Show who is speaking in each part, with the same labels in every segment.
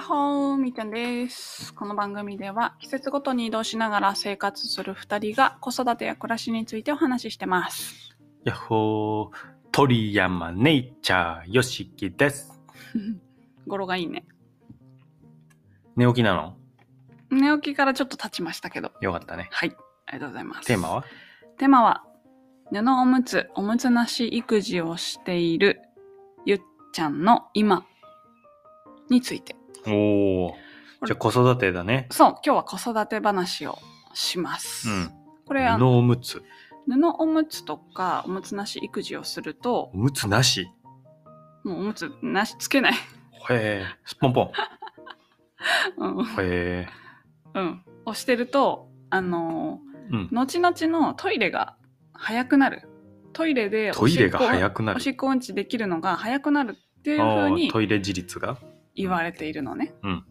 Speaker 1: ほーみーちゃんです。この番組では季節ごとに移動しながら生活する2人が子育てや暮らしについてお話ししてます。
Speaker 2: やっほー、鳥山ネイチャーよしきです。
Speaker 1: 語呂がいいね。
Speaker 2: 寝起きなの
Speaker 1: 寝起きからちょっと経ちましたけど。
Speaker 2: よかったね。
Speaker 1: はい。ありがとうございます。
Speaker 2: テーマは
Speaker 1: テーマは、布おむつ、おむつなし育児をしているゆっちゃんの今について。
Speaker 2: おお。じゃあ子育てだね。
Speaker 1: そう、今日は子育て話をします。
Speaker 2: うん。
Speaker 1: これあ
Speaker 2: 布
Speaker 1: の
Speaker 2: おむつ。
Speaker 1: 布おむつとかおむつなし育児をすると
Speaker 2: おむつなし。
Speaker 1: もうおむつなしつけない
Speaker 2: へえ。すっぽんぽん。
Speaker 1: うん
Speaker 2: へえ。
Speaker 1: うんをしてるとあの
Speaker 2: うん
Speaker 1: ー。後々のトイレが早くなるトイレで
Speaker 2: トイレが
Speaker 1: く
Speaker 2: 早くな
Speaker 1: お
Speaker 2: る
Speaker 1: し。っこうんちできるのが早くなるっていう
Speaker 2: あ
Speaker 1: 風
Speaker 2: ー
Speaker 1: に
Speaker 2: トイレ自立が
Speaker 1: 言われているのね、
Speaker 2: うん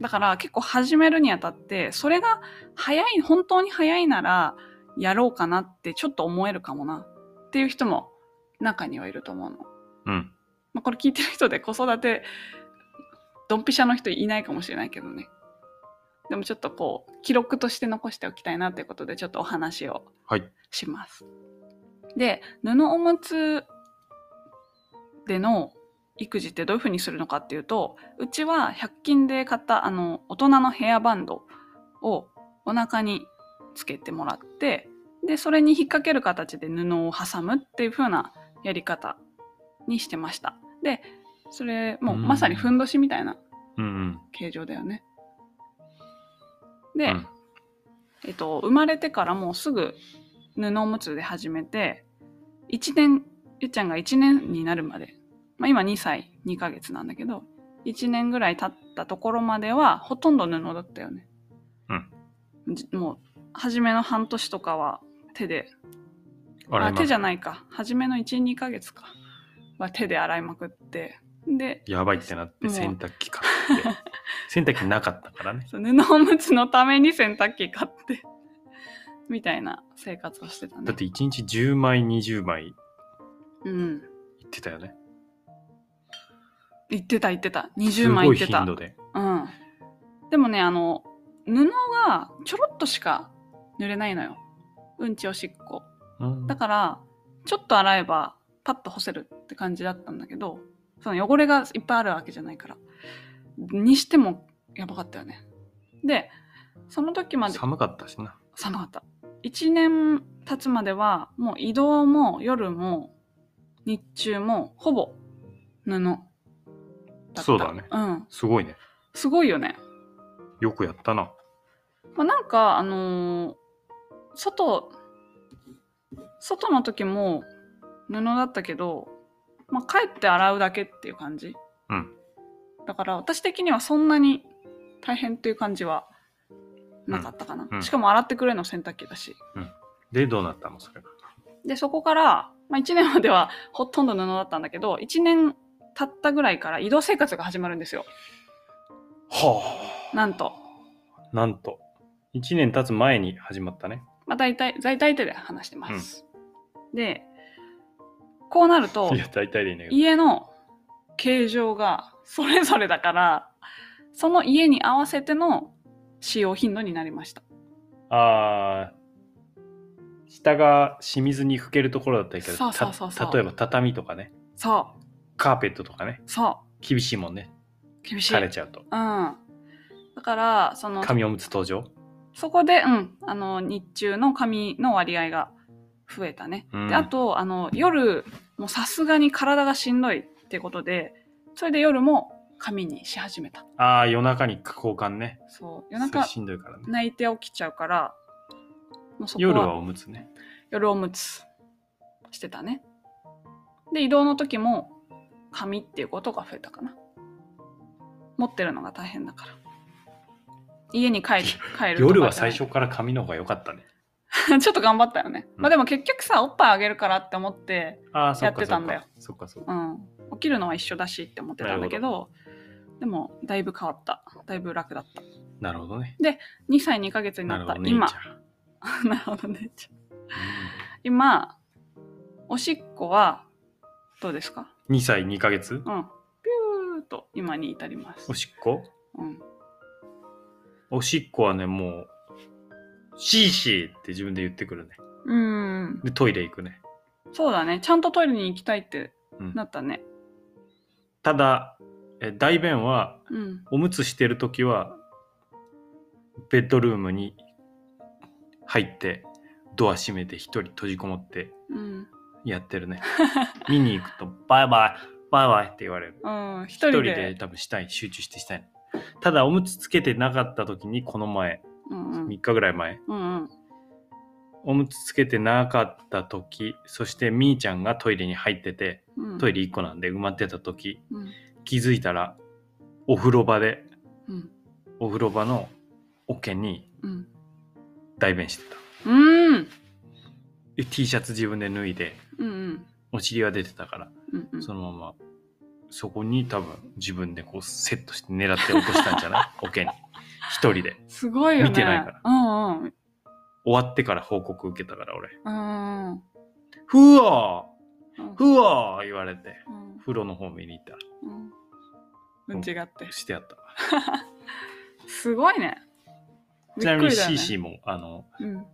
Speaker 1: だから結構始めるにあたってそれが早い本当に早いならやろうかなってちょっと思えるかもなっていう人も中にはいると思うの
Speaker 2: うん。
Speaker 1: まあ、これ聞いてる人で子育てドンピシャの人いないかもしれないけどねでもちょっとこう記録として残しておきたいなということでちょっとお話を
Speaker 2: はい
Speaker 1: します、で布おむつでの育児ってどういうふうにするのかっていうとうちは100均で買ったあの大人のヘアバンドをお腹につけてもらってでそれに引っ掛ける形で布を挟むっていう風なやり方にしてましたでそれもう
Speaker 2: うん
Speaker 1: まさにふんどしみたいな
Speaker 2: うんうん。
Speaker 1: 形状だよねで、
Speaker 2: うん
Speaker 1: えっと、生まれてからもうすぐ布おむつで始めて1年ゆっちゃんが1年になるまで、まあ、今2歳2ヶ月なんだけど1年ぐらい経ったところまではほとんど布だったよね、じもう初めの半年とかは手で
Speaker 2: あ
Speaker 1: あ手じゃ
Speaker 2: ん。
Speaker 1: ないか初めの12ヶ月かは手で洗いまくってで
Speaker 2: やばいってなっ
Speaker 1: も
Speaker 2: て
Speaker 1: う
Speaker 2: 洗濯機買 って。洗濯機なかったからね。
Speaker 1: そう布おむつのために洗濯機買って みたいな生活をしてたね
Speaker 2: だって1日10枚20枚
Speaker 1: うん
Speaker 2: いってたよね。
Speaker 1: 言ってた言ってた
Speaker 2: す
Speaker 1: 20枚
Speaker 2: ご
Speaker 1: 言
Speaker 2: い
Speaker 1: ってた
Speaker 2: 頻度で。
Speaker 1: うんでもねあの布がちょろっとしか濡れないのようんちおしっこ
Speaker 2: うん
Speaker 1: だからちょっと洗えばパッと干せるって感じだったんだけどその汚れがいっぱいあるわけじゃないからにしてもやばかったよねでその時まで
Speaker 2: 寒かったしな。
Speaker 1: 寒かった1年経つまではもう移動も夜も日中もほぼ布だった
Speaker 2: そうだね
Speaker 1: うん
Speaker 2: すごいね。
Speaker 1: すごいよね、
Speaker 2: よくやったな。
Speaker 1: まあ、なんかあのー外外の時も布だったけど、まあ、帰って洗うだけっていう感じ
Speaker 2: うん。
Speaker 1: だから私的にはそんなに大変っていう感じはなかったかな、
Speaker 2: うんうん
Speaker 1: しかも洗ってくれるの洗濯機だし
Speaker 2: で、どうなったのそれが。
Speaker 1: で、そこから、まあ、1年まではほとんど布だったんだけど、1年経ったぐらいから移動生活が始まるんですよ。
Speaker 2: は
Speaker 1: なんと。
Speaker 2: あ。なんと。1年経つ前に始まったね。
Speaker 1: まあ、大体、在体手で話してます。で、こうなると
Speaker 2: い、や、大体でいいんだけど。
Speaker 1: 家の形状がそれぞれだから、その家に合わせての使用頻度になりました。
Speaker 2: あー下が清水に拭けるところだったけど、
Speaker 1: そうそうそうそう
Speaker 2: た例えば畳とかね、
Speaker 1: そ
Speaker 2: カーペットとかね、
Speaker 1: う、そ
Speaker 2: 厳しいもんね。
Speaker 1: う、厳しい。
Speaker 2: 垂れ
Speaker 1: うん。
Speaker 2: ちゃうと。
Speaker 1: だから、その、
Speaker 2: 紙おむつ登場
Speaker 1: そこで、うん、あの、日中の紙の割合が増えたね。
Speaker 2: うん
Speaker 1: で、あと、あの、夜、もうさすがに体がしんどいってことで、それで夜も紙にし始めた。
Speaker 2: ああ、夜中に交換ね。
Speaker 1: そう。夜中
Speaker 2: それ、しんどいからね。
Speaker 1: 泣いて起きちゃうから、もうそこは
Speaker 2: 夜はおむつね。
Speaker 1: 夜おむつしてたね。で、移動の時も、紙っていうことが増えたかな。持ってるのが大変だから。家に帰る、帰るとか
Speaker 2: 夜は
Speaker 1: じゃな
Speaker 2: 最
Speaker 1: い
Speaker 2: 初から紙の方が良かったね。
Speaker 1: ちょっと頑張ったよね。
Speaker 2: うん
Speaker 1: まあでも結局さ、おっぱいあげるからって思って、
Speaker 2: ああ、そっ
Speaker 1: や
Speaker 2: か
Speaker 1: って
Speaker 2: そ
Speaker 1: た
Speaker 2: っ
Speaker 1: んだよ
Speaker 2: か。そっかそっか。
Speaker 1: うん、起きるのは一緒だしって思ってたんだけど、
Speaker 2: な
Speaker 1: でもだいぶ変わった。だいぶ楽だった。
Speaker 2: なるほどね。
Speaker 1: 2歳2ヶ月に
Speaker 2: な
Speaker 1: な
Speaker 2: る
Speaker 1: った
Speaker 2: ほどね。
Speaker 1: 今
Speaker 2: いい。じゃん
Speaker 1: なるほどね。ちょ今、おしっこはどうですか
Speaker 2: 2歳2ヶ月
Speaker 1: うん。ピューっと今に至ります
Speaker 2: お。しっこ
Speaker 1: うん。
Speaker 2: おしっこはね、もう、シーシーって自分で言ってくるね。
Speaker 1: うん。
Speaker 2: で、トイレ行くね。
Speaker 1: そうだね。ちゃんとトイレに行きたいって
Speaker 2: うん
Speaker 1: なったね。
Speaker 2: ただ、え大便は、
Speaker 1: うん。
Speaker 2: おむつしてるときは、ベッドルームに入って、ドア閉めて一人閉じこもって
Speaker 1: うん。
Speaker 2: やってる ね。見に行くと、バイバイ、バイバイって言われる。
Speaker 1: うん。一人
Speaker 2: 一人
Speaker 1: で。
Speaker 2: で多分したい、集中してしたい。ただ、おむつつけてなかったときに、この前、
Speaker 1: うんうん。
Speaker 2: 3日ぐらい前、
Speaker 1: うんうん。
Speaker 2: おむつつけてなかったとき、そしてみーちゃんがトイレに入ってて、
Speaker 1: うん、
Speaker 2: トイレ1個なんで埋まってたとき、
Speaker 1: うん。
Speaker 2: 気づいたら、お風呂場で、
Speaker 1: うん。
Speaker 2: お風呂場の桶に
Speaker 1: うん。
Speaker 2: 代弁してた。
Speaker 1: うん。
Speaker 2: で T シャツ自分で脱いで、
Speaker 1: うん。
Speaker 2: お尻は出てたから、
Speaker 1: うん。うん。
Speaker 2: そのまま、そこに多分自分でこうセットして狙って落としたんじ ゃない桶に。一人で。
Speaker 1: すごいよね。。
Speaker 2: 見てないから
Speaker 1: うんうん。
Speaker 2: 終わってから報告受けたから俺。
Speaker 1: うんうん。
Speaker 2: ふわ
Speaker 1: うん
Speaker 2: ーふわー言われて、
Speaker 1: うん
Speaker 2: 風呂の方見に行ったら、
Speaker 1: うんうんちがあって。
Speaker 2: してあった。
Speaker 1: すごいね。
Speaker 2: ちなみ
Speaker 1: び
Speaker 2: に
Speaker 1: っくりだよね
Speaker 2: CC も、あの、
Speaker 1: うん。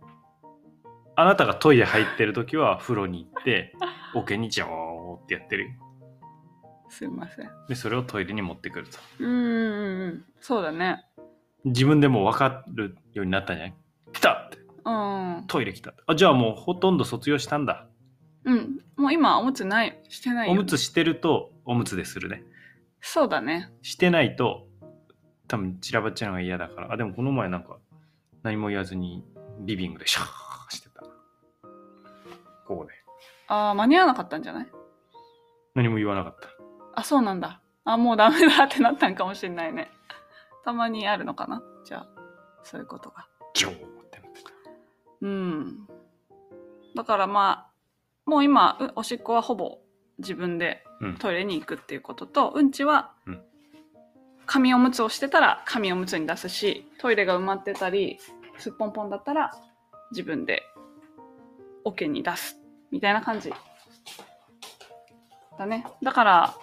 Speaker 2: あなたがトイレ入ってる時は風呂に行って、 桶にジョーってやってるよ。
Speaker 1: すいません。
Speaker 2: で、それをトイレに持ってくると。
Speaker 1: うんうんうん。そうだね。
Speaker 2: 自分でも分かるようになったんじゃない来たって。
Speaker 1: うん。
Speaker 2: トイレ来たって。あ、じゃあもうほとんど卒業したんだ。
Speaker 1: うん。もう今、おむつない、してないよ
Speaker 2: おむつしてると、おむつでするね。
Speaker 1: そうだね。
Speaker 2: してないと、多分散らばっちゃうのが嫌だから。あ、でもこの前なんか、何も言わずに、リビングでシャー してた。ここで。
Speaker 1: ああ、間に合わなかったんじゃない
Speaker 2: 何も言わなかった。
Speaker 1: あ、そうなんだ。あ、もうダメだってなったんかもしれないね。 たまにあるのかなじゃあ、そういうことが。
Speaker 2: ジョーってなってた。
Speaker 1: うん。だからまあ、もう今、うおしっこはほぼ自分で
Speaker 2: うん。
Speaker 1: トイレに行くっていうことと、うんちは
Speaker 2: うん、
Speaker 1: 紙おむつをしてたら紙おむつに出すし、トイレが埋まってたり、すっぽんぽんだったら自分で桶に出す。みたいな感じ。だね。だから、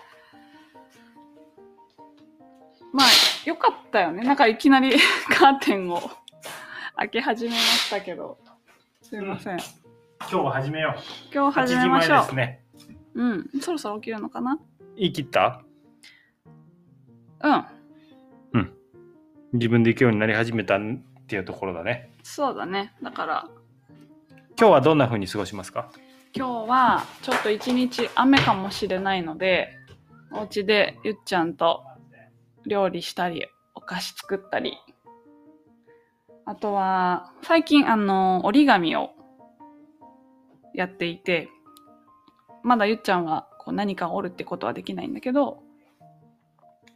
Speaker 1: まあ、よかったよね。なんかいきなり カーテンを開け始めましたけど。すいません。
Speaker 2: 今日は始めよ
Speaker 1: 今
Speaker 2: う。
Speaker 1: 日始めましょう。
Speaker 2: ね。
Speaker 1: うん。そろそろ起きるのかな
Speaker 2: 言い切った
Speaker 1: うん。
Speaker 2: 自分で行くようになり始めたっていうところだね。
Speaker 1: そうだね。だから、
Speaker 2: 今日はどんな風に過ごしますか
Speaker 1: 今日はちょっと一日雨かもしれないのでお家でゆっちゃんと料理したりお菓子作ったりあとは最近あの折り紙をやっていてまだゆっちゃんはこう何かを折るってことはできないんだけど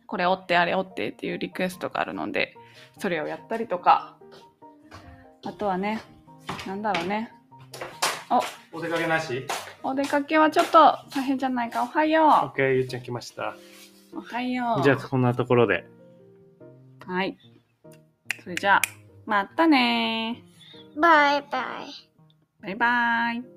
Speaker 1: これ折ってあれ折ってっていうリクエストがあるのでそれをやったりとかあとはねなんだろうねお
Speaker 2: お出かけなし
Speaker 1: お出かけはちょっと大変じゃないか。おはよ
Speaker 2: ?OK、ゆっちゃん来ました。
Speaker 1: う。おはよう。
Speaker 2: じゃあ、こんなところで。
Speaker 1: はい。それじゃあ、またね
Speaker 3: バイバイ。
Speaker 1: ー。バイバイ。